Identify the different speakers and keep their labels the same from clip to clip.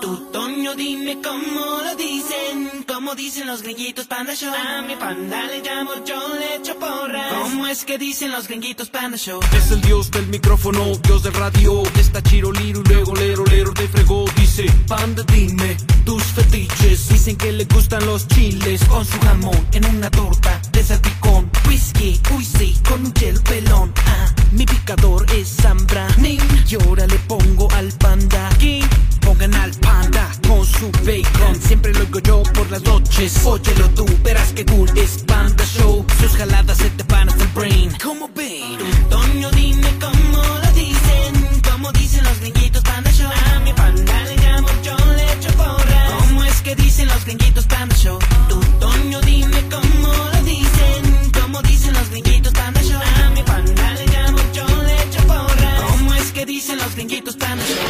Speaker 1: Tu Toño, dime cómo lo dicen, cómo dicen los gringuitos panda show. A mi panda le llamo yo, le echo porras. ¿Cómo es que dicen los gringuitos panda show?
Speaker 2: Es el dios del micrófono, dios del radio. Está chiroliro y luego lero, lero de fregó. Dice, panda, dime tus fetiches. Dicen que le gustan los chiles con su jamón en una torta de salpicón. Whisky, uy sí, con un gel pelón. Ah, mi picador es Zambra. Nin. Y ahora le pongo al panda. King. Pongan al panda con su bacon. Siempre lo oigo yo por las noches. Óyelo tú, verás que cool es Panda Show. Sus jaladas se te van hasta el brain. ¿Cómo ven?
Speaker 1: Toño, dime cómo lo dicen, cómo dicen los gringuitos panda show. A mi panda le llamo yo, le echo porras. ¿Cómo es que dicen los gringuitos panda show? Tu Toño, dime cómo lo dicen, cómo dicen los gringuitos panda show. A mi panda le llamo yo, le echo porras. ¿Cómo es que dicen los gringuitos panda show?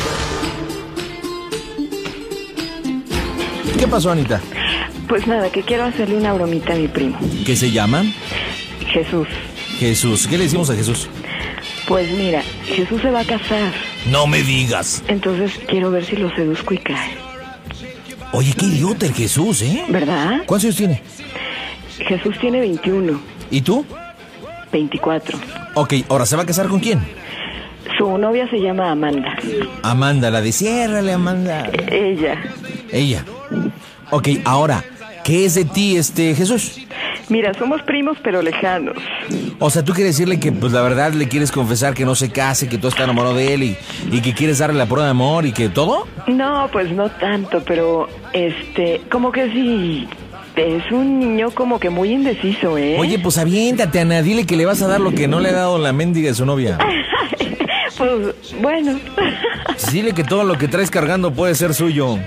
Speaker 3: ¿Qué pasó, Anita?
Speaker 4: Pues nada, que quiero hacerle una bromita a mi primo,
Speaker 3: ¿Qué se llama?
Speaker 4: Jesús.
Speaker 3: Jesús. ¿Qué le decimos a Jesús?
Speaker 4: Pues mira, Jesús se va a casar,
Speaker 3: No me digas.
Speaker 4: entonces quiero ver si lo seduzco y cae,
Speaker 3: Oye, qué idiota el Jesús, ¿eh?
Speaker 4: ¿verdad?
Speaker 3: ¿Cuántos años tiene?
Speaker 4: Jesús tiene 21,
Speaker 3: ¿Y tú?
Speaker 4: 24.
Speaker 3: Ok, ahora, ¿se va a casar con quién?
Speaker 4: Su novia se llama Amanda.
Speaker 3: Amanda, la de ciérrale, Amanda.
Speaker 4: Ella.
Speaker 3: Ella. Ok, ahora, ¿qué es de ti, este, Jesús?
Speaker 4: Mira, somos primos pero lejanos.
Speaker 3: O sea, tú quieres decirle que, pues, la verdad, le quieres confesar que no se case, que tú estás enamorado de él y, y que quieres darle la prueba de amor y que todo?
Speaker 4: No, pues no tanto, pero este, como que sí, es un niño como que muy indeciso, ¿eh?
Speaker 3: Oye, pues aviéntate, Ana, dile que le vas a dar lo que no le ha dado la mendiga de su novia.
Speaker 4: pues bueno,
Speaker 3: Dile que todo lo que traes cargando puede ser suyo.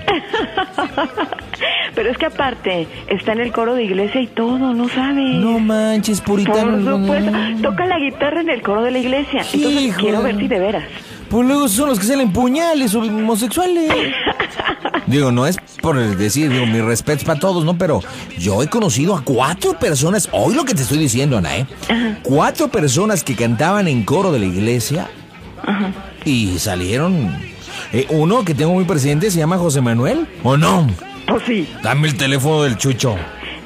Speaker 4: pero es que aparte está en el coro de iglesia y todo, ¿no sabe?
Speaker 3: No manches, puritano.
Speaker 4: Por
Speaker 3: no, no,
Speaker 4: supuesto,
Speaker 3: no.
Speaker 4: toca la guitarra en el coro de la iglesia. Entonces
Speaker 3: Hijo
Speaker 4: quiero
Speaker 3: de-
Speaker 4: ver si de veras.
Speaker 3: Pues luego son los que salen puñales o homosexuales. Digo, no es por el decir, digo, mi respeto para todos, ¿no? Pero yo he conocido a cuatro personas, hoy lo que te estoy diciendo, Ana, ¿eh? Cuatro personas que cantaban en coro de la iglesia y salieron. Eh, uno que tengo muy presente se llama José Manuel, ¿o no?
Speaker 4: Pues sí,
Speaker 3: Dame el teléfono del chucho.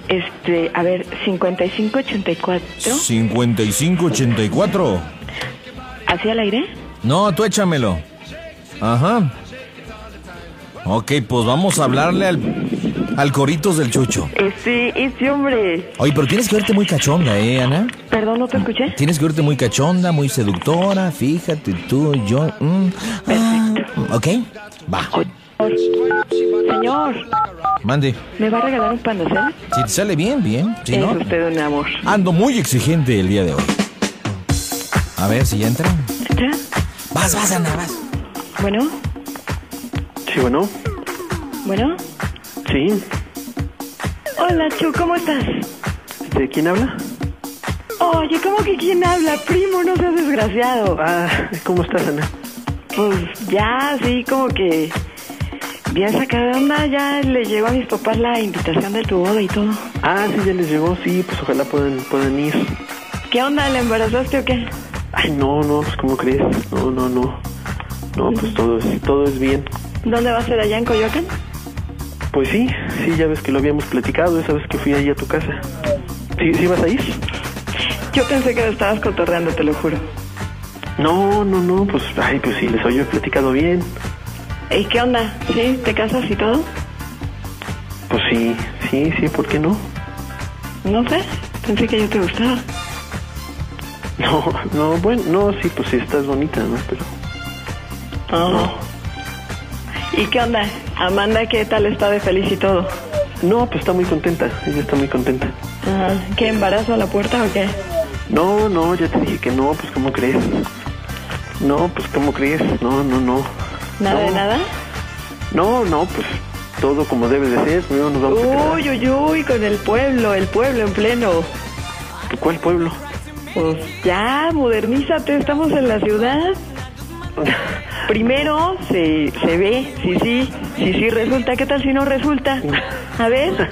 Speaker 4: este, a ver, 5584,
Speaker 3: 5584.
Speaker 4: ¿hacia el aire?
Speaker 3: No, tú échamelo. Ajá. Ok, pues vamos a hablarle al, al Coritos del Chucho.
Speaker 4: Eh, sí, y sí, hombre.
Speaker 3: Oye, pero tienes que verte muy cachonda, ¿eh, Ana?
Speaker 4: Perdón, ¿no te escuché?
Speaker 3: Tienes que verte muy cachonda, muy seductora. Fíjate, tú, yo. mm, ah, ok, va.
Speaker 4: Señor,
Speaker 3: Mande.
Speaker 4: ¿me va a regalar un pan de sal?
Speaker 3: Si te sale bien, bien. Si
Speaker 4: es
Speaker 3: no,
Speaker 4: usted un amor.
Speaker 3: ando muy exigente el día de hoy. A ver si ya entra.
Speaker 4: ¿Ya?
Speaker 3: Vas, vas, Ana, vas.
Speaker 4: Bueno,
Speaker 5: Sí, bueno.
Speaker 4: bueno.
Speaker 5: Sí.
Speaker 4: Hola, Chu, ¿cómo estás?
Speaker 5: ¿De quién habla?
Speaker 4: Oye, ¿cómo que quién habla? Primo, no seas desgraciado.
Speaker 5: Ah, ¿cómo estás, Ana?
Speaker 4: Pues ya, sí, como que... Bien sacada de onda, ya le llevo a mis papás la invitación de tu boda y todo.
Speaker 5: Ah, sí, ya les llegó. Sí, pues ojalá puedan, puedan ir.
Speaker 4: ¿Qué onda? ¿La embarazaste o qué?
Speaker 5: Ay, no, no, pues ¿cómo crees? No, no, no. No, pues todo es, todo es bien.
Speaker 4: ¿Dónde va a ser allá en Coyoacán?
Speaker 5: Pues sí, sí, ya ves que lo habíamos platicado esa vez que fui ahí a tu casa. ¿Sí, sí vas a ir?
Speaker 4: Yo pensé que lo estabas cotorreando, te lo juro.
Speaker 5: No, no, no, pues, ay, pues sí, les había platicado bien.
Speaker 4: ¿Y qué onda? ¿Sí? ¿Te casas y todo?
Speaker 5: Pues sí, sí, sí, ¿por qué no?
Speaker 4: No sé, pensé que yo te gustaba.
Speaker 5: No, no, bueno, no, sí, pues sí, estás bonita, ¿no? Pero, no.
Speaker 4: ¿Y qué onda? Amanda, ¿qué tal está de feliz y todo?
Speaker 5: No, pues está muy contenta, ella está muy contenta. Ah.
Speaker 4: Ajá. ¿Qué embarazo a la puerta o qué?
Speaker 5: No, no, ya te dije que no, pues ¿cómo crees? No, pues ¿cómo crees? No, no, no.
Speaker 4: ¿Nada de
Speaker 5: No.
Speaker 4: nada?
Speaker 5: No, no, pues todo como debe de ser, pues, no nos vamos a
Speaker 4: Uy, uy, uy, con el pueblo, el pueblo en pleno.
Speaker 5: quedar. ¿Cuál pueblo?
Speaker 4: Pues ya, modernízate, estamos en la ciudad. Primero se, se ve, sí, sí, sí, sí resulta, ¿qué tal si no resulta? A ver,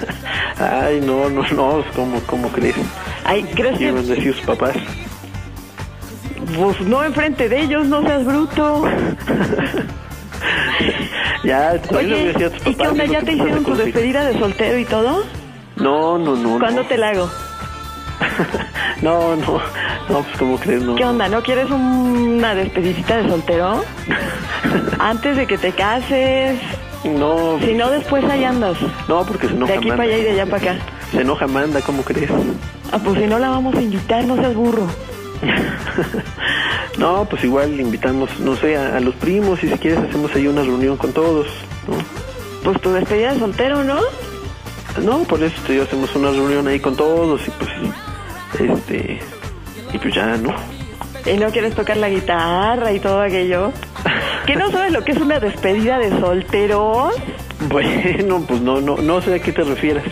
Speaker 5: Ay, no, no, no, pues, ¿cómo, cómo crees?
Speaker 4: ay, ¿crees
Speaker 5: ¿Qué
Speaker 4: que
Speaker 5: van a decir sus papás?
Speaker 4: pues no enfrente de ellos, no seas bruto?
Speaker 5: Ya, también le voy a
Speaker 4: Oye,
Speaker 5: decir a
Speaker 4: ¿y
Speaker 5: tus papás.
Speaker 4: qué onda?
Speaker 5: es lo
Speaker 4: ¿Ya
Speaker 5: que
Speaker 4: te
Speaker 5: pasa
Speaker 4: hicieron tu
Speaker 5: con los hijos.
Speaker 4: despedida de soltero y todo?
Speaker 5: No, no, no.
Speaker 4: ¿Cuándo
Speaker 5: no.
Speaker 4: te la hago?
Speaker 5: No, no. No, pues, ¿cómo crees? No.
Speaker 4: ¿Qué onda? ¿No quieres una despedidita de soltero? Antes de que te cases,
Speaker 5: No,
Speaker 4: si no después ahí andas.
Speaker 5: no, porque se enoja
Speaker 4: De aquí
Speaker 5: Amanda.
Speaker 4: para allá y de allá para acá.
Speaker 5: Se enoja Amanda, ¿cómo crees?
Speaker 4: Ah, pues si no la vamos a invitar, no seas burro.
Speaker 5: no, pues igual invitamos, no sé, a, a los primos y si quieres hacemos ahí una reunión con todos, ¿no?
Speaker 4: Pues tu despedida de soltero, ¿no?
Speaker 5: No, por eso te digo, hacemos una reunión ahí con todos y pues, este, y pues ya, ¿no?
Speaker 4: Y no quieres tocar la guitarra y todo aquello. ¿Que no sabes lo que es una despedida de soltero?
Speaker 5: Bueno, pues no, no, no sé a qué te refieres.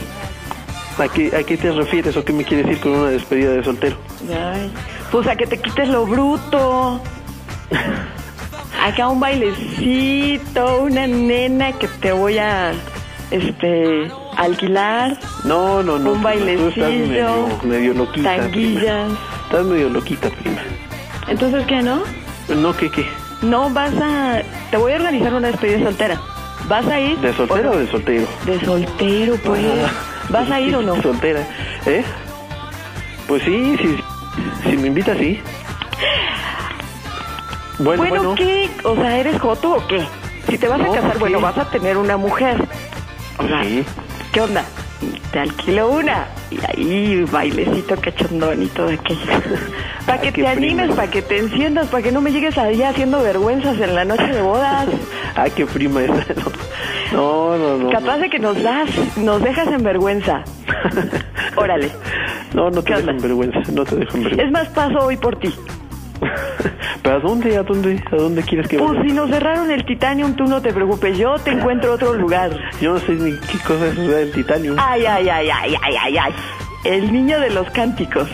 Speaker 5: ¿A qué, ¿A qué te refieres o qué me quieres decir con una despedida de soltero?
Speaker 4: Ay, pues a que te quites lo bruto. Acá un bailecito, una nena que te voy a este alquilar,
Speaker 5: No, no, no.
Speaker 4: un
Speaker 5: prima, tú
Speaker 4: bailecillo,
Speaker 5: estás medio, medio loquita. prima.
Speaker 4: tanguillas.
Speaker 5: Estás medio loquita, prima.
Speaker 4: Entonces, ¿qué no?
Speaker 5: No, ¿qué, qué?
Speaker 4: No vas a... Te voy a organizar una despedida soltera. ¿Vas a ir?
Speaker 5: ¿De soltero o de soltero?
Speaker 4: De soltero, pues.
Speaker 5: Ah.
Speaker 4: ¿Vas a ir o no?
Speaker 5: Soltera. ¿Eh? Pues sí, sí, si me invitas, sí. Bueno,
Speaker 4: Bueno,
Speaker 5: bueno.
Speaker 4: ¿qué? O sea, ¿eres joto o qué? Si te vas
Speaker 5: No,
Speaker 4: a casar,
Speaker 5: ¿qué?
Speaker 4: bueno, vas a tener una mujer. O sea,
Speaker 5: Sí.
Speaker 4: ¿qué onda? Te alquilo una. Y ahí, bailecito cachondón y todo aquello. Para que
Speaker 5: Ay, qué
Speaker 4: te animes,
Speaker 5: prima.
Speaker 4: para que te enciendas, para que no me llegues allá haciendo vergüenzas en la noche de bodas.
Speaker 5: Ay, qué prima esa. No, no, no. no.
Speaker 4: Capaz de que nos das, nos dejas en vergüenza. Órale.
Speaker 5: No, no
Speaker 4: ¿Qué
Speaker 5: te dejo
Speaker 4: onda?
Speaker 5: en vergüenza. No te dejo en vergüenza.
Speaker 4: Es más, paso hoy por ti.
Speaker 5: ¿Pero a dónde? ¿A dónde? ¿A dónde quieres que
Speaker 4: Pues
Speaker 5: vaya?
Speaker 4: si nos cerraron el titanium, tú no te preocupes, yo te encuentro otro lugar.
Speaker 5: Yo no sé ni qué cosa es eso del titanio.
Speaker 4: Ay, ay, ay, ay, ay, ay, ay. El niño de los cánticos.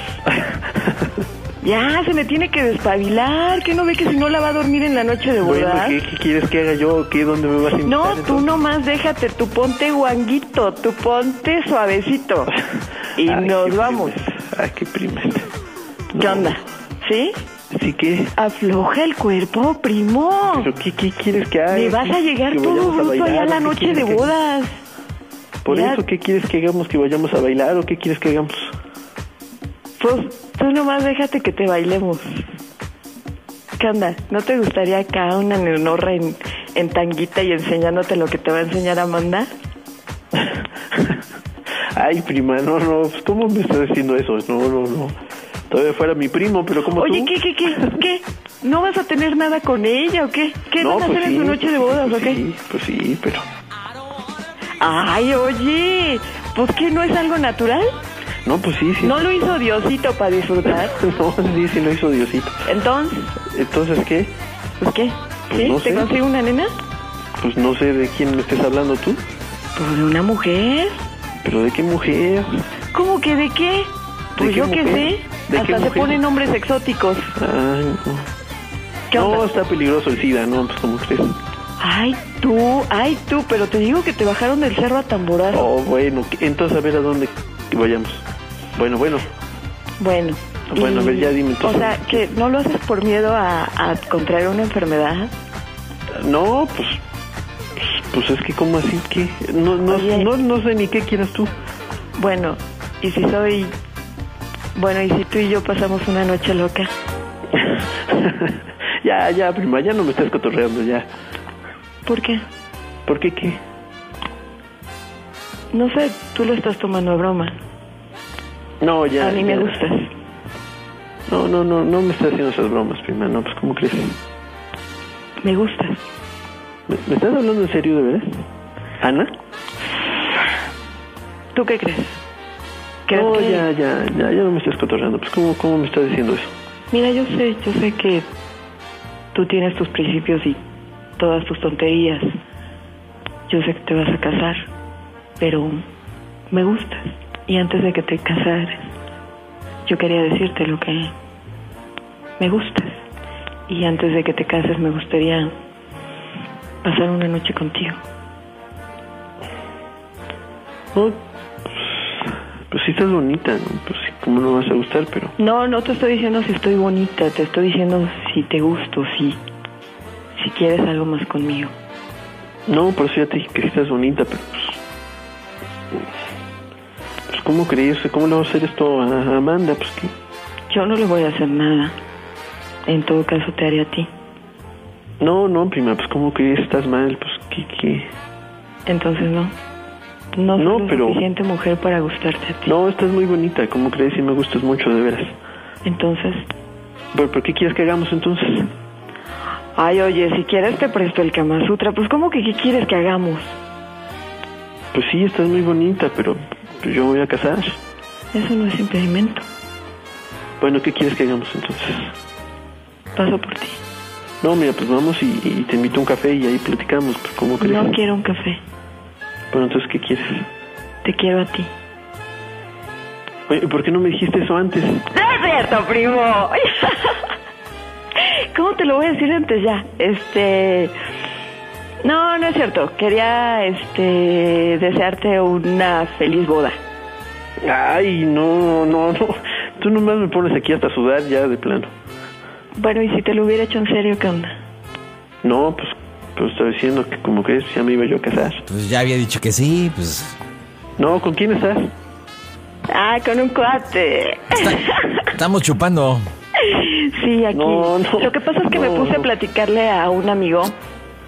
Speaker 4: Ya, se me tiene que despabilar, que no ve que si no la va a dormir en la noche de
Speaker 5: bueno,
Speaker 4: bodas.
Speaker 5: ¿qué, qué quieres que haga yo? ¿O ¿Qué? ¿Dónde me vas a invitar?
Speaker 4: No, tú
Speaker 5: entonces?
Speaker 4: nomás déjate, tú ponte guanguito, tú ponte suavecito. Y
Speaker 5: Ay, qué
Speaker 4: nos
Speaker 5: primes.
Speaker 4: vamos.
Speaker 5: Ay, qué primes.
Speaker 4: ¿Qué onda? ¿Sí?
Speaker 5: ¿Sí qué?
Speaker 4: Afloja el cuerpo, primo.
Speaker 5: ¿Pero qué, qué quieres que haga?
Speaker 4: Me vas a
Speaker 5: ¿Que-
Speaker 4: llegar
Speaker 5: que
Speaker 4: todo
Speaker 5: vayamos a
Speaker 4: bruto allá
Speaker 5: bailar o
Speaker 4: la
Speaker 5: qué
Speaker 4: noche
Speaker 5: quieres
Speaker 4: de
Speaker 5: que-
Speaker 4: bodas.
Speaker 5: Por
Speaker 4: Ya.
Speaker 5: eso, ¿qué quieres que hagamos? ¿Que vayamos a bailar o qué quieres que hagamos?
Speaker 4: Pues tú nomás déjate que te bailemos. ¿Qué onda? ¿No te gustaría acá una nenorra en, en tanguita y enseñándote lo que te va a enseñar Amanda?
Speaker 5: Ay, prima, no, no. pues, ¿Cómo me estás diciendo eso? No, no, no. Todavía fuera mi primo, pero como
Speaker 4: Oye,
Speaker 5: tú...
Speaker 4: ¿qué, qué, qué? ¿Qué? ¿No vas a tener nada con ella o qué? ¿Qué
Speaker 5: no,
Speaker 4: van a
Speaker 5: pues
Speaker 4: hacer en
Speaker 5: sí,
Speaker 4: tu noche
Speaker 5: pues
Speaker 4: de
Speaker 5: sí,
Speaker 4: bodas
Speaker 5: pues
Speaker 4: o qué?
Speaker 5: Sí, pues sí, pero...
Speaker 4: Ay, oye, pues que no es algo natural.
Speaker 5: No, pues sí, sí.
Speaker 4: No lo hizo Diosito para disfrutar.
Speaker 5: No, sí, sí lo hizo Diosito.
Speaker 4: Entonces,
Speaker 5: Entonces, ¿qué?
Speaker 4: pues qué?
Speaker 5: Pues
Speaker 4: ¿Sí?
Speaker 5: no
Speaker 4: ¿Te
Speaker 5: sé.
Speaker 4: consigo una nena?
Speaker 5: Pues no sé de quién me estés hablando tú,
Speaker 4: Pues de una mujer.
Speaker 5: pero ¿de qué mujer?
Speaker 4: ¿Cómo que de qué? Pues
Speaker 5: qué
Speaker 4: yo qué
Speaker 5: mujer?
Speaker 4: sé.
Speaker 5: ¿De qué
Speaker 4: Hasta se
Speaker 5: mujer?
Speaker 4: ponen nombres exóticos.
Speaker 5: Ay,
Speaker 4: ¿Qué
Speaker 5: no. No,
Speaker 4: onda?
Speaker 5: está peligroso el SIDA, ¿no? Pues como crees.
Speaker 4: Ay, tú, ay, tú, pero te digo que te bajaron del cerro a tamborazo.
Speaker 5: Oh, bueno, ¿qué- entonces a ver a dónde vayamos. Bueno, bueno,
Speaker 4: Bueno.
Speaker 5: Bueno, a ver, ya dime
Speaker 4: O
Speaker 5: entonces.
Speaker 4: sea, que no lo haces por miedo a, a contraer una enfermedad.
Speaker 5: no, pues. Pues es que, ¿cómo así? que No, no,
Speaker 4: Oye.
Speaker 5: no, no sé ni qué quieras tú.
Speaker 4: Bueno, y si soy. Bueno, y si tú y yo pasamos una noche loca.
Speaker 5: ya, ya, prima, ya no me estás cotorreando, ya.
Speaker 4: ¿Por qué?
Speaker 5: ¿Por qué qué?
Speaker 4: No sé, tú lo estás tomando a broma.
Speaker 5: No, ya.
Speaker 4: a mí me
Speaker 5: ya.
Speaker 4: gustas.
Speaker 5: No, no, no, no me estás haciendo esas bromas, prima, no, pues ¿cómo crees?
Speaker 4: Me gustas.
Speaker 5: ¿Me, me estás hablando en serio, de verdad? ¿Ana?
Speaker 4: ¿Tú qué crees? ¿Crees
Speaker 5: No,
Speaker 4: que-
Speaker 5: ya, ya, ya, ya no me estás cotorreando. Pues, ¿cómo, ¿cómo me estás diciendo eso?
Speaker 4: Mira, yo sé, yo sé que tú tienes tus principios y todas tus tonterías. Yo sé que te vas a casar, pero me gustas. Y antes de que te casaras, yo quería decirte lo que me gustas. Y antes de que te cases, me gustaría pasar una noche contigo.
Speaker 5: No, pues sí estás bonita, ¿no? Pues sí, ¿cómo no vas a gustar? Pero,
Speaker 4: No, no te estoy diciendo si estoy bonita, te estoy diciendo si te gusto, si, si quieres algo más conmigo.
Speaker 5: No, por eso ya te dije que sí estás bonita, pero pues. Pues, ¿cómo crees? ¿Cómo le vas a hacer esto a Amanda? Pues que.
Speaker 4: Yo no le voy a hacer nada. En todo caso, te haré a ti.
Speaker 5: No, no, prima, pues ¿cómo crees? Estás mal, pues que. que...
Speaker 4: Entonces, no. No,
Speaker 5: No,
Speaker 4: soy la
Speaker 5: pero-
Speaker 4: suficiente mujer para gustarte a ti.
Speaker 5: No, estás muy bonita, ¿cómo crees? Y me gustas mucho, de veras.
Speaker 4: Entonces,
Speaker 5: ¿Pero, pero qué quieres que hagamos entonces?
Speaker 4: ay, oye, si quieres te presto el Kama Sutra. Pues, ¿cómo que qué quieres que hagamos?
Speaker 5: Pues sí, estás muy bonita, pero pues, yo me voy a casar.
Speaker 4: Eso no es impedimento.
Speaker 5: Bueno, ¿qué quieres que hagamos entonces?
Speaker 4: Paso por ti.
Speaker 5: No, mira, pues vamos y, y te invito a un café y ahí platicamos, pues ¿cómo crees?
Speaker 4: No quiero un café.
Speaker 5: Bueno, entonces, ¿qué quieres?
Speaker 4: Te quiero a ti.
Speaker 5: Oye, ¿por qué no me dijiste eso antes?
Speaker 4: ¡No es cierto, primo! ¿Cómo te lo voy a decir antes ya? Este... No, no es cierto. Quería, este... Desearte una feliz boda.
Speaker 5: Ay, no, no, no. Tú nomás me pones aquí hasta sudar ya de plano.
Speaker 4: Bueno, y si te lo hubiera hecho en serio, ¿qué onda?
Speaker 5: No, pues, pues estaba diciendo que como crees, ya me iba yo a casar.
Speaker 3: Pues ya había dicho que sí, pues.
Speaker 5: No, ¿con quién estás?
Speaker 4: Ah, con un cuate.
Speaker 3: Estamos chupando.
Speaker 4: Sí, aquí.
Speaker 5: No, no.
Speaker 4: Lo que pasa es que me
Speaker 5: No,
Speaker 4: puse a
Speaker 5: no.
Speaker 4: platicarle a un amigo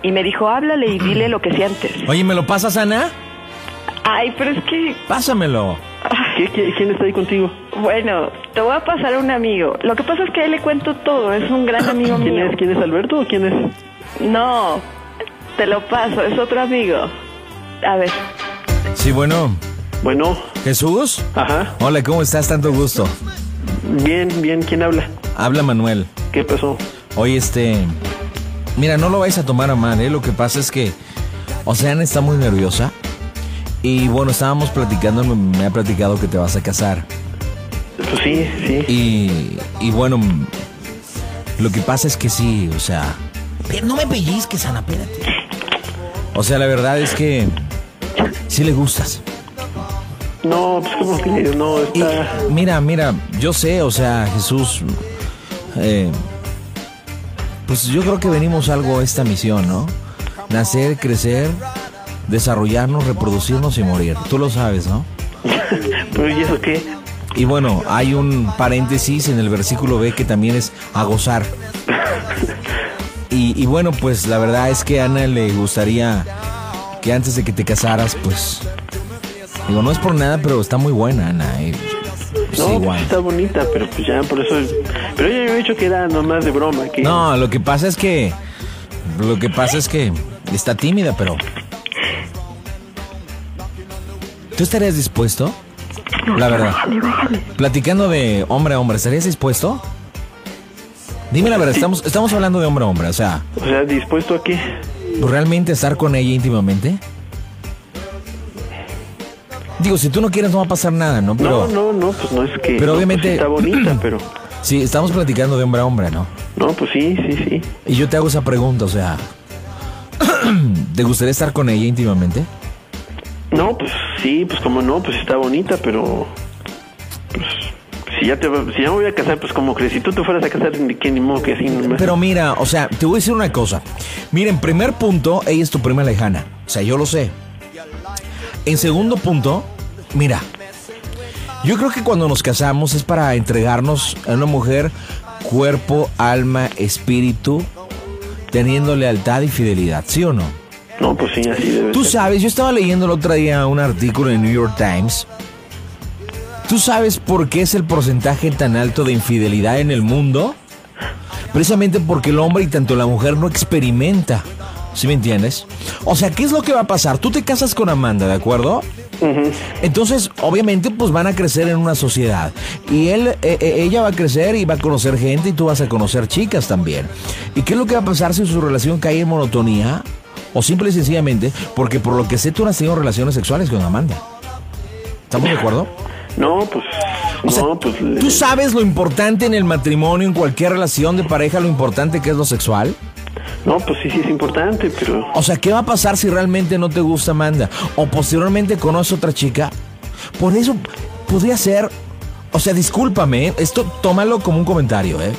Speaker 4: y me dijo, háblale y dile lo que sientes.
Speaker 3: Oye, ¿me lo pasas, Ana?
Speaker 4: Ay, pero es que,
Speaker 3: Pásamelo.
Speaker 5: ¿Qué, qué- quién está ahí contigo?
Speaker 4: bueno, te voy a pasar a un amigo. Lo que pasa es que a él le cuento todo, es un gran amigo
Speaker 5: ¿Quién
Speaker 4: mío.
Speaker 5: es? ¿Quién es Alberto o quién es?
Speaker 4: No, te lo paso, es otro amigo. A ver,
Speaker 3: Sí, bueno.
Speaker 5: Bueno,
Speaker 3: ¿Jesús?
Speaker 5: ajá.
Speaker 3: Hola, ¿cómo estás? Tanto gusto.
Speaker 5: Bien, bien, ¿quién habla?
Speaker 3: Habla Manuel.
Speaker 5: ¿Qué pasó?
Speaker 3: Oye, este. Mira, no lo vais a tomar a mal, ¿eh? Lo que pasa es que Oceana está muy nerviosa. Y bueno, estábamos platicando, me, me ha platicado que te vas a casar.
Speaker 5: Pues sí, sí.
Speaker 3: Y, y bueno, m- lo que pasa es que sí, o sea. Pero no me pellizques, Ana, espérate. O sea, la verdad es que sí le gustas.
Speaker 5: No, pues como que no,
Speaker 3: Y
Speaker 5: está...
Speaker 3: mira, mira, yo sé, o sea, Jesús, eh, pues yo creo que venimos algo a esta misión, ¿no? Nacer, crecer, desarrollarnos, reproducirnos y morir. Tú lo sabes, ¿no?
Speaker 5: Pero pues, ¿y eso qué?
Speaker 3: Y bueno, hay un paréntesis en el versículo B que también es a gozar. Y, y bueno, pues la verdad es que a Ana le gustaría que antes de que te casaras, pues... Digo, no es por nada, pero está muy buena, Ana. y- pues,
Speaker 5: No, pues
Speaker 3: igual.
Speaker 5: está bonita, pero pues ya, por eso... Pero yo había dicho que era nomás de broma, que...
Speaker 3: No, lo que pasa es que. Lo que pasa es que está tímida, pero. ¿Tú estarías dispuesto? La verdad. Platicando de hombre a hombre, ¿estarías dispuesto? Dime la verdad, estamos, estamos hablando de hombre a hombre, o sea,
Speaker 5: O sea, ¿dispuesto a qué?
Speaker 3: ¿realmente estar con ella íntimamente? Digo, si tú no quieres no va a pasar nada, ¿no? Pero
Speaker 5: No, no, no, pues no es que...
Speaker 3: Pero
Speaker 5: no,
Speaker 3: obviamente-
Speaker 5: pues, está bonita, pero...
Speaker 3: sí, estamos platicando de hombre a hombre, ¿no?
Speaker 5: No, pues sí, sí, sí.
Speaker 3: Y yo te hago esa pregunta, o sea, ¿te gustaría estar con ella íntimamente?
Speaker 5: No, pues sí, pues como no, pues está bonita, pero... Pues... Si ya, te, va- si ya me voy a casar, pues como crees, si tú te fueras a casar, ni que ni modo que así nomás.
Speaker 3: Pero mira, o sea, te voy a decir una cosa. Mira, en primer punto, ella es tu prima lejana. O sea, yo lo sé. En segundo punto, mira, yo creo que cuando nos casamos es para entregarnos a una mujer cuerpo, alma, espíritu, teniendo lealtad y fidelidad, ¿sí o no?
Speaker 5: No, pues sí, así debe
Speaker 3: Tú
Speaker 5: ser.
Speaker 3: sabes, yo estaba leyendo el otro día un artículo en New York Times. ¿Tú sabes por qué es el porcentaje tan alto de infidelidad en el mundo? Precisamente porque el hombre y tanto la mujer no experimenta. ¿Sí me entiendes? O sea, ¿qué es lo que va a pasar? Tú te casas con Amanda, ¿de acuerdo? Entonces, obviamente, pues van a crecer en una sociedad. Y él, eh, eh, ella va a crecer y va a conocer gente y tú vas a conocer chicas también. ¿Y qué es lo que va a pasar si su relación cae en monotonía? O simple y sencillamente, porque por lo que sé, tú no has tenido relaciones sexuales con Amanda. ¿Estamos de acuerdo?
Speaker 5: No, pues...
Speaker 3: O sea,
Speaker 5: no, pues...
Speaker 3: ¿Tú sabes lo importante en el matrimonio, en cualquier relación de pareja, lo importante que es lo sexual?
Speaker 5: No, pues sí, sí es importante, pero...
Speaker 3: O sea, ¿qué va a pasar si realmente no te gusta Amanda? O posteriormente conoce otra chica. Por eso podría ser. O sea, discúlpame, ¿eh? esto tómalo como un comentario, ¿eh?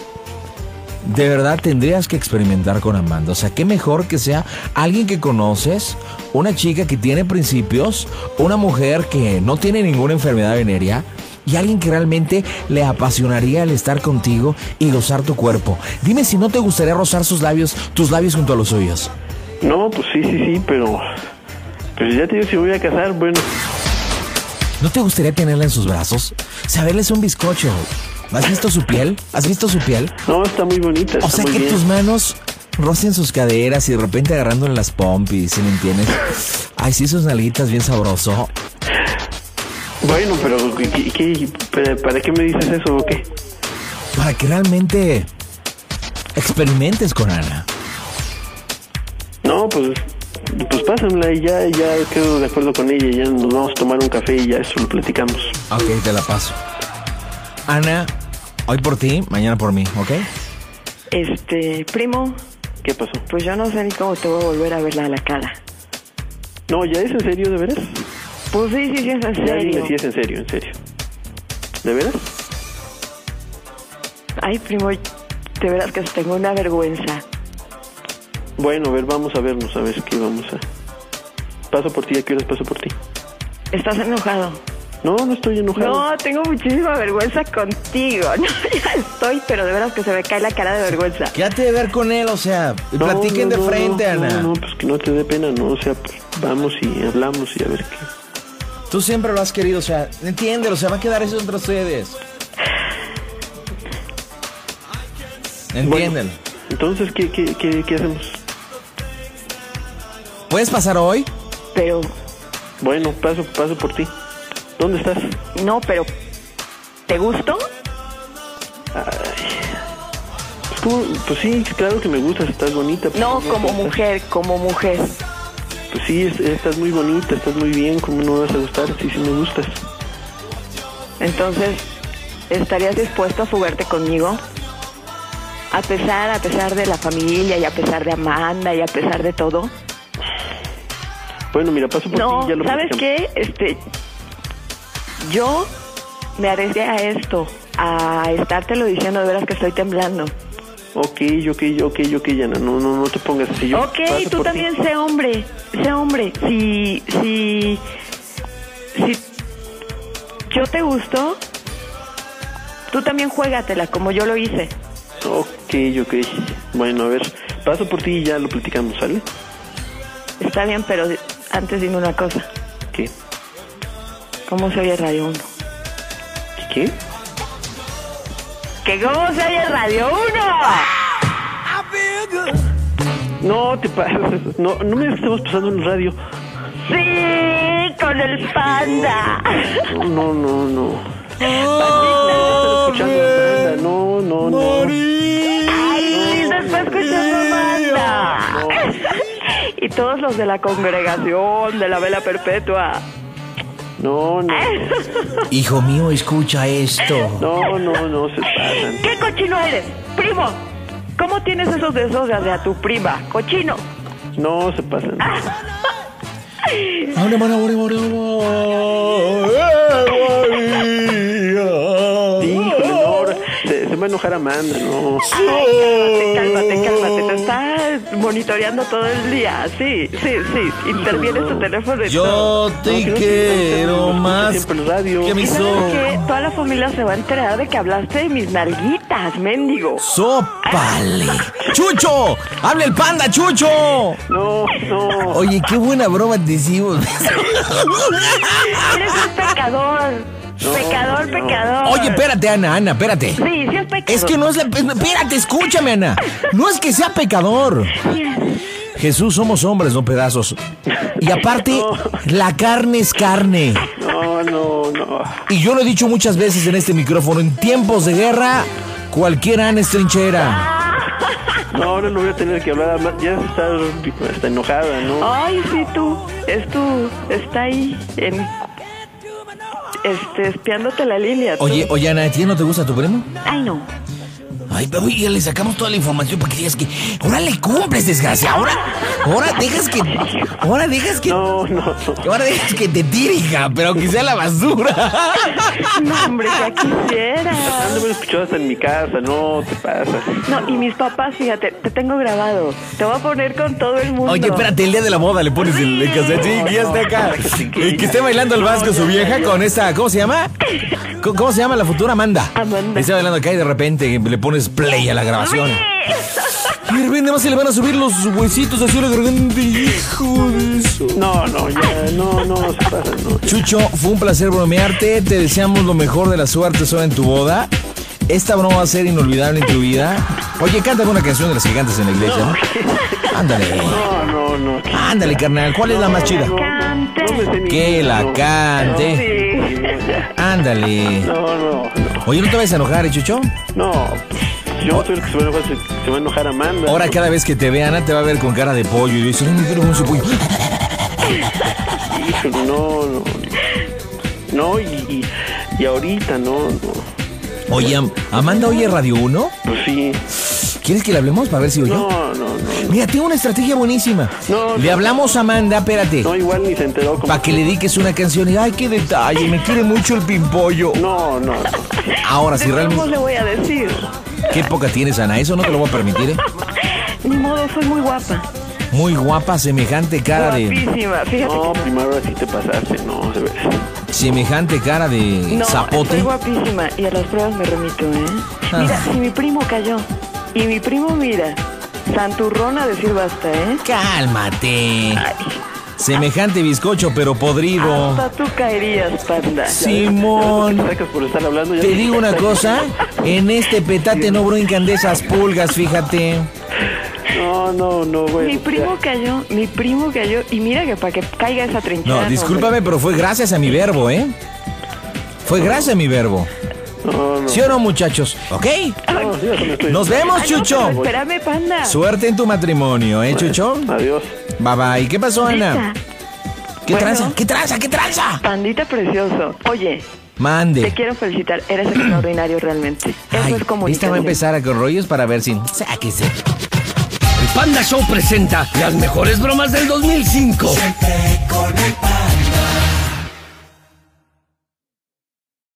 Speaker 3: de verdad tendrías que experimentar con Amanda. O sea, qué mejor que sea alguien que conoces, una chica que tiene principios, una mujer que no tiene ninguna enfermedad venérea. Y alguien que realmente le apasionaría el estar contigo y gozar tu cuerpo. Dime si no te gustaría rozar sus labios, tus labios junto a los suyos.
Speaker 5: No, pues sí, sí, sí, pero. Pues ya te digo, si voy a casar, bueno.
Speaker 3: ¿No te gustaría tenerla en sus brazos? Saberles un bizcocho. ¿Has visto su piel? ¿Has visto su piel?
Speaker 5: No, está muy bonita.
Speaker 3: O
Speaker 5: está
Speaker 3: sea
Speaker 5: muy
Speaker 3: que
Speaker 5: bien.
Speaker 3: tus manos rocen sus caderas y de repente agarrándole las pompis, ¿sí me entiendes? Ay, sí, sus nalitas bien sabroso.
Speaker 5: Bueno, pero ¿qué- qué- para- ¿para qué me dices eso o qué?
Speaker 3: Para que realmente experimentes con Ana.
Speaker 5: No, pues. Pues pásamela y ya, ya quedo de acuerdo con ella. Ya nos vamos a tomar un café y ya eso lo platicamos.
Speaker 3: Ok, te la paso. Ana, hoy por ti, mañana por mí, ¿ok?
Speaker 4: Este, primo,
Speaker 5: ¿Qué pasó?
Speaker 4: pues yo no sé ni cómo te voy a volver a verla a la cara.
Speaker 5: No, ya es en serio, de veras.
Speaker 4: Pues sí, sí, sí, es en
Speaker 5: Ya dime
Speaker 4: serio.
Speaker 5: si es en serio, en serio. ¿De veras?
Speaker 4: Ay, primo, de veras que tengo una vergüenza.
Speaker 5: Bueno, a ver, vamos a vernos, a ver qué vamos a. Paso por ti, ¿a qué horas paso por ti?
Speaker 4: ¿Estás enojado?
Speaker 5: No, no estoy enojado.
Speaker 4: No, tengo muchísima vergüenza contigo. No, ya estoy, pero de veras que se me cae la cara de vergüenza.
Speaker 3: Quédate de ver con él, o sea, y
Speaker 5: No,
Speaker 3: platiquen
Speaker 5: no,
Speaker 3: de
Speaker 5: no,
Speaker 3: frente,
Speaker 5: no,
Speaker 3: Ana.
Speaker 5: No, no, pues que no te dé pena, ¿no? O sea, pues vamos y hablamos y a ver qué.
Speaker 3: Tú siempre lo has querido, o sea, entiéndelo, o sea, va a quedar eso entre ustedes. Entiéndelo.
Speaker 5: Entonces, ¿qué, qué, qué, qué hacemos?
Speaker 3: ¿Puedes pasar hoy?
Speaker 4: Pero,
Speaker 5: Bueno, paso, paso por ti. ¿Dónde estás?
Speaker 4: no, pero. ¿Te gusto?
Speaker 5: Pues, ¿cómo? pues sí, claro que me gustas, estás bonita. pues,
Speaker 4: No, como
Speaker 5: estás-
Speaker 4: mujer, como mujer.
Speaker 5: Pues sí, es- estás muy bonita, estás muy bien, ¿cómo no vas a gustar? Sí, sí me gustas.
Speaker 4: Entonces, ¿estarías dispuesto a fugarte conmigo? A pesar, a pesar de la familia y a pesar de Amanda y a pesar de todo.
Speaker 5: Bueno, mira, paso por
Speaker 4: No,
Speaker 5: ti, ya lo
Speaker 4: ¿sabes
Speaker 5: platicamos.
Speaker 4: qué? Este, yo me arriesgué a esto, a estártelo diciendo de veras que estoy temblando.
Speaker 5: Ok, ok, ok, ok, Yana, no, no, no te pongas así. Yo
Speaker 4: ok,
Speaker 5: paso
Speaker 4: tú
Speaker 5: por ti.
Speaker 4: también sé hombre, sé hombre. Si, si, si yo te gusto, tú también juégatela como yo lo hice.
Speaker 5: Ok, ok. Bueno, a ver, paso por ti y ya lo platicamos, ¿sale?
Speaker 4: Está bien, pero antes dime una cosa.
Speaker 5: ¿Qué?
Speaker 4: ¿Cómo se oye Radio 1?
Speaker 5: ¿Qué?
Speaker 4: ¿Que cómo se oye Radio 1?
Speaker 5: No, te pasas. No, no me estemos pasando en radio.
Speaker 4: Sí, con el panda.
Speaker 5: No, no, no. Bandita, no estás escuchando, banda. No, no, no.
Speaker 4: Ay, después escuchando banda. Y todos los de la congregación, de la vela perpetua.
Speaker 5: No, no,
Speaker 3: Hijo mío, escucha esto.
Speaker 5: no, no, no, no se pasan.
Speaker 4: ¿Qué cochino eres? Primo, ¿cómo tienes esos deseos de a tu prima? Cochino.
Speaker 5: No se pasan.
Speaker 3: Ahora, ahora, ahora, ahora, ahora.
Speaker 5: Híjole, no, ahora se, se va a enojar Amanda, no.
Speaker 4: Ay, cálmate, cálmate, cálmate. Te estás monitoreando todo el día. Sí, sí, sí. Interviene tu teléfono y todo.
Speaker 3: Yo te
Speaker 5: No, que no te
Speaker 3: quiero
Speaker 5: escucha
Speaker 3: más
Speaker 5: siempre el radio.
Speaker 3: que
Speaker 5: ¿Y
Speaker 3: mi
Speaker 4: ¿Y sabes
Speaker 3: sopa.
Speaker 4: qué? Toda la familia se va a enterar de que hablaste de mis nalguitas, mendigo.
Speaker 3: ¡Sópale! ¡Chucho! ¡Habla el panda, Chucho!
Speaker 5: No, no.
Speaker 3: Oye, qué buena broma te hicimos.
Speaker 4: Eres un pecador. pecador,
Speaker 5: no.
Speaker 4: pecador.
Speaker 3: Oye, espérate, Ana, Ana, espérate.
Speaker 4: Sí, sí es pecador.
Speaker 3: Es que no es la... Espérate, escúchame, Ana. No es que sea pecador. Jesús, somos hombres, no pedazos. Y aparte, la carne es carne.
Speaker 5: No, no, no.
Speaker 3: Y yo lo he dicho muchas veces en este micrófono, en tiempos de guerra, cualquier Ana es trinchera.
Speaker 5: No, ahora lo voy a tener que hablar. Ama- Ya está, está enojada, ¿no?
Speaker 4: Ay, sí, tú. Es tú. Está ahí en. Este, espiándote la Lilia. tú.
Speaker 3: Oye, oye, Ana, ¿a ti no te gusta tu primo?
Speaker 4: Ay, no.
Speaker 3: Ay, Ay, pero oye, ya le sacamos toda la información para que digas que. Ahora le cumples, desgracia. Ahora, ahora dejas que. Ahora dejas que.
Speaker 5: No, no, no.
Speaker 3: Ahora dejas que te tire, hija, pero que sea la basura.
Speaker 4: No, hombre, ya quisiera.
Speaker 5: Ando me escuchado hasta en mi casa, no te pasa.
Speaker 4: No, y mis papás, fíjate, te tengo grabado. Te voy a poner con todo el mundo.
Speaker 3: Oye, espérate, el día de la boda le pones el, el cassette. Sí, que ya esté acá. Eh, que esté bailando el vasco su vieja con esta. ¿Cómo se llama? ¿Cómo, cómo se llama la futura Amanda?
Speaker 4: Amanda.
Speaker 3: Está bailando acá y de repente le pones play a la grabación. Y de repente más se le van a subir los huesitos así a la garganta. Hijo de eso.
Speaker 5: No, no, ya, no, no, se pasa, no.
Speaker 3: Chucho, fue un placer bromearte. Te deseamos lo mejor de la suerte solo en tu boda. Esta broma va a ser inolvidable en tu vida. Oye, canta alguna canción de las que cantas en la iglesia. ¿no? Ándale.
Speaker 5: No, no, no.
Speaker 3: Ándale, carnal. ¿Cuál es la más chida?
Speaker 5: No, no, no me sé ni-
Speaker 3: Que la
Speaker 5: no.
Speaker 3: cante.
Speaker 4: Sí.
Speaker 3: Ándale.
Speaker 5: No, no,
Speaker 3: Oye, no te vayas a enojar, ¿eh, Chucho.
Speaker 5: no. No, pues, yo soy el que se va a enojar, se, se va a enojar Amanda.
Speaker 3: Ahora cada vez que te vea Ana te va a ver con cara de pollo y dice, no me quiero con su pollo.
Speaker 5: Híjole, no, no. No, y, y, y ahorita, no, no.
Speaker 3: Oye, Am- Amanda oye Radio 1.
Speaker 5: Pues sí.
Speaker 3: ¿Quieres que le hablemos para ver si oyó?
Speaker 5: No, no, no.
Speaker 3: Mira, tengo una estrategia buenísima.
Speaker 5: No,
Speaker 3: le
Speaker 5: no.
Speaker 3: hablamos a Amanda, espérate.
Speaker 5: No, igual ni se enteró. Como...
Speaker 3: Para que le dediques una canción y, ay, qué detalle, me quiere mucho el pimpollo.
Speaker 5: No, no, no.
Speaker 3: Ahora, si
Speaker 4: ¿Cómo
Speaker 3: realmente...
Speaker 4: le voy a decir?
Speaker 3: Qué poca tienes, Ana, eso no te lo voy a permitir, ¿eh?
Speaker 4: Ni modo, soy muy guapa.
Speaker 3: Muy guapa, semejante cara de...
Speaker 4: Guapísima, fíjate.
Speaker 5: No, primero ahora sí te pasaste, no, de veras.
Speaker 3: Semejante cara de
Speaker 4: No,
Speaker 3: zapote.
Speaker 4: estoy guapísima y a las pruebas me remito, ¿eh?
Speaker 3: Ah.
Speaker 4: Mira, si mi primo cayó y mi primo mira, santurrón a decir basta, ¿eh?
Speaker 3: Cálmate.
Speaker 4: Ay, Ah,
Speaker 3: Semejante bizcocho, pero podrido.
Speaker 4: hasta tú caerías, panda.
Speaker 5: Te
Speaker 3: Simón.
Speaker 5: sacas por estar hablando. ya
Speaker 3: Te
Speaker 5: no-
Speaker 3: digo una cosa, en este petate no brincan de esas pulgas, fíjate.
Speaker 5: No, no, no, güey.
Speaker 4: Mi primo cayó, mi primo cayó y mira que para que caiga esa trinchera.
Speaker 3: No, discúlpame, pero fue gracias a mi verbo, ¿eh? Fue gracias a mi verbo.
Speaker 5: No, no.
Speaker 3: ¿Sí o no, muchachos? ¿Ok?
Speaker 5: no, yo no estoy-
Speaker 3: Nos vemos,
Speaker 4: Ay, no, pero
Speaker 3: Chucho.
Speaker 4: espérame, panda.
Speaker 3: Suerte en tu matrimonio, ¿eh, Chucho?
Speaker 5: Adiós.
Speaker 3: Bye bye. ¿Qué pasó, Ana?
Speaker 4: Neta,
Speaker 3: ¿Qué
Speaker 4: Bueno.
Speaker 3: tranza? ¿Qué tranza? ¿Qué tranza?
Speaker 4: Pandita precioso. Oye, te
Speaker 3: Mande.
Speaker 4: quiero felicitar, eres extraordinario realmente. Eso
Speaker 3: Ay,
Speaker 4: es
Speaker 3: esta
Speaker 4: comunicación.
Speaker 3: va a empezar a con rollos para ver si... Sáquese.
Speaker 6: El Panda Show presenta las mejores bromas del 2005.